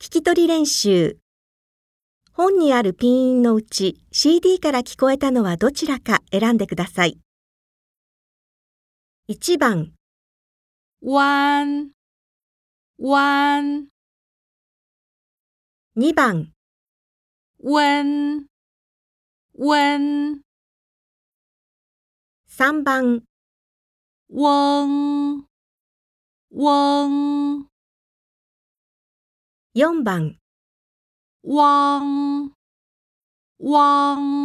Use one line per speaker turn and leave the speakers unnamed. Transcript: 聞き取り練習。本にあるピンのうち CD から聞こえたのはどちらか選んでください。1番、
弯弯
2番、
温温
3番、
嗡嗡
4番。
汪汪。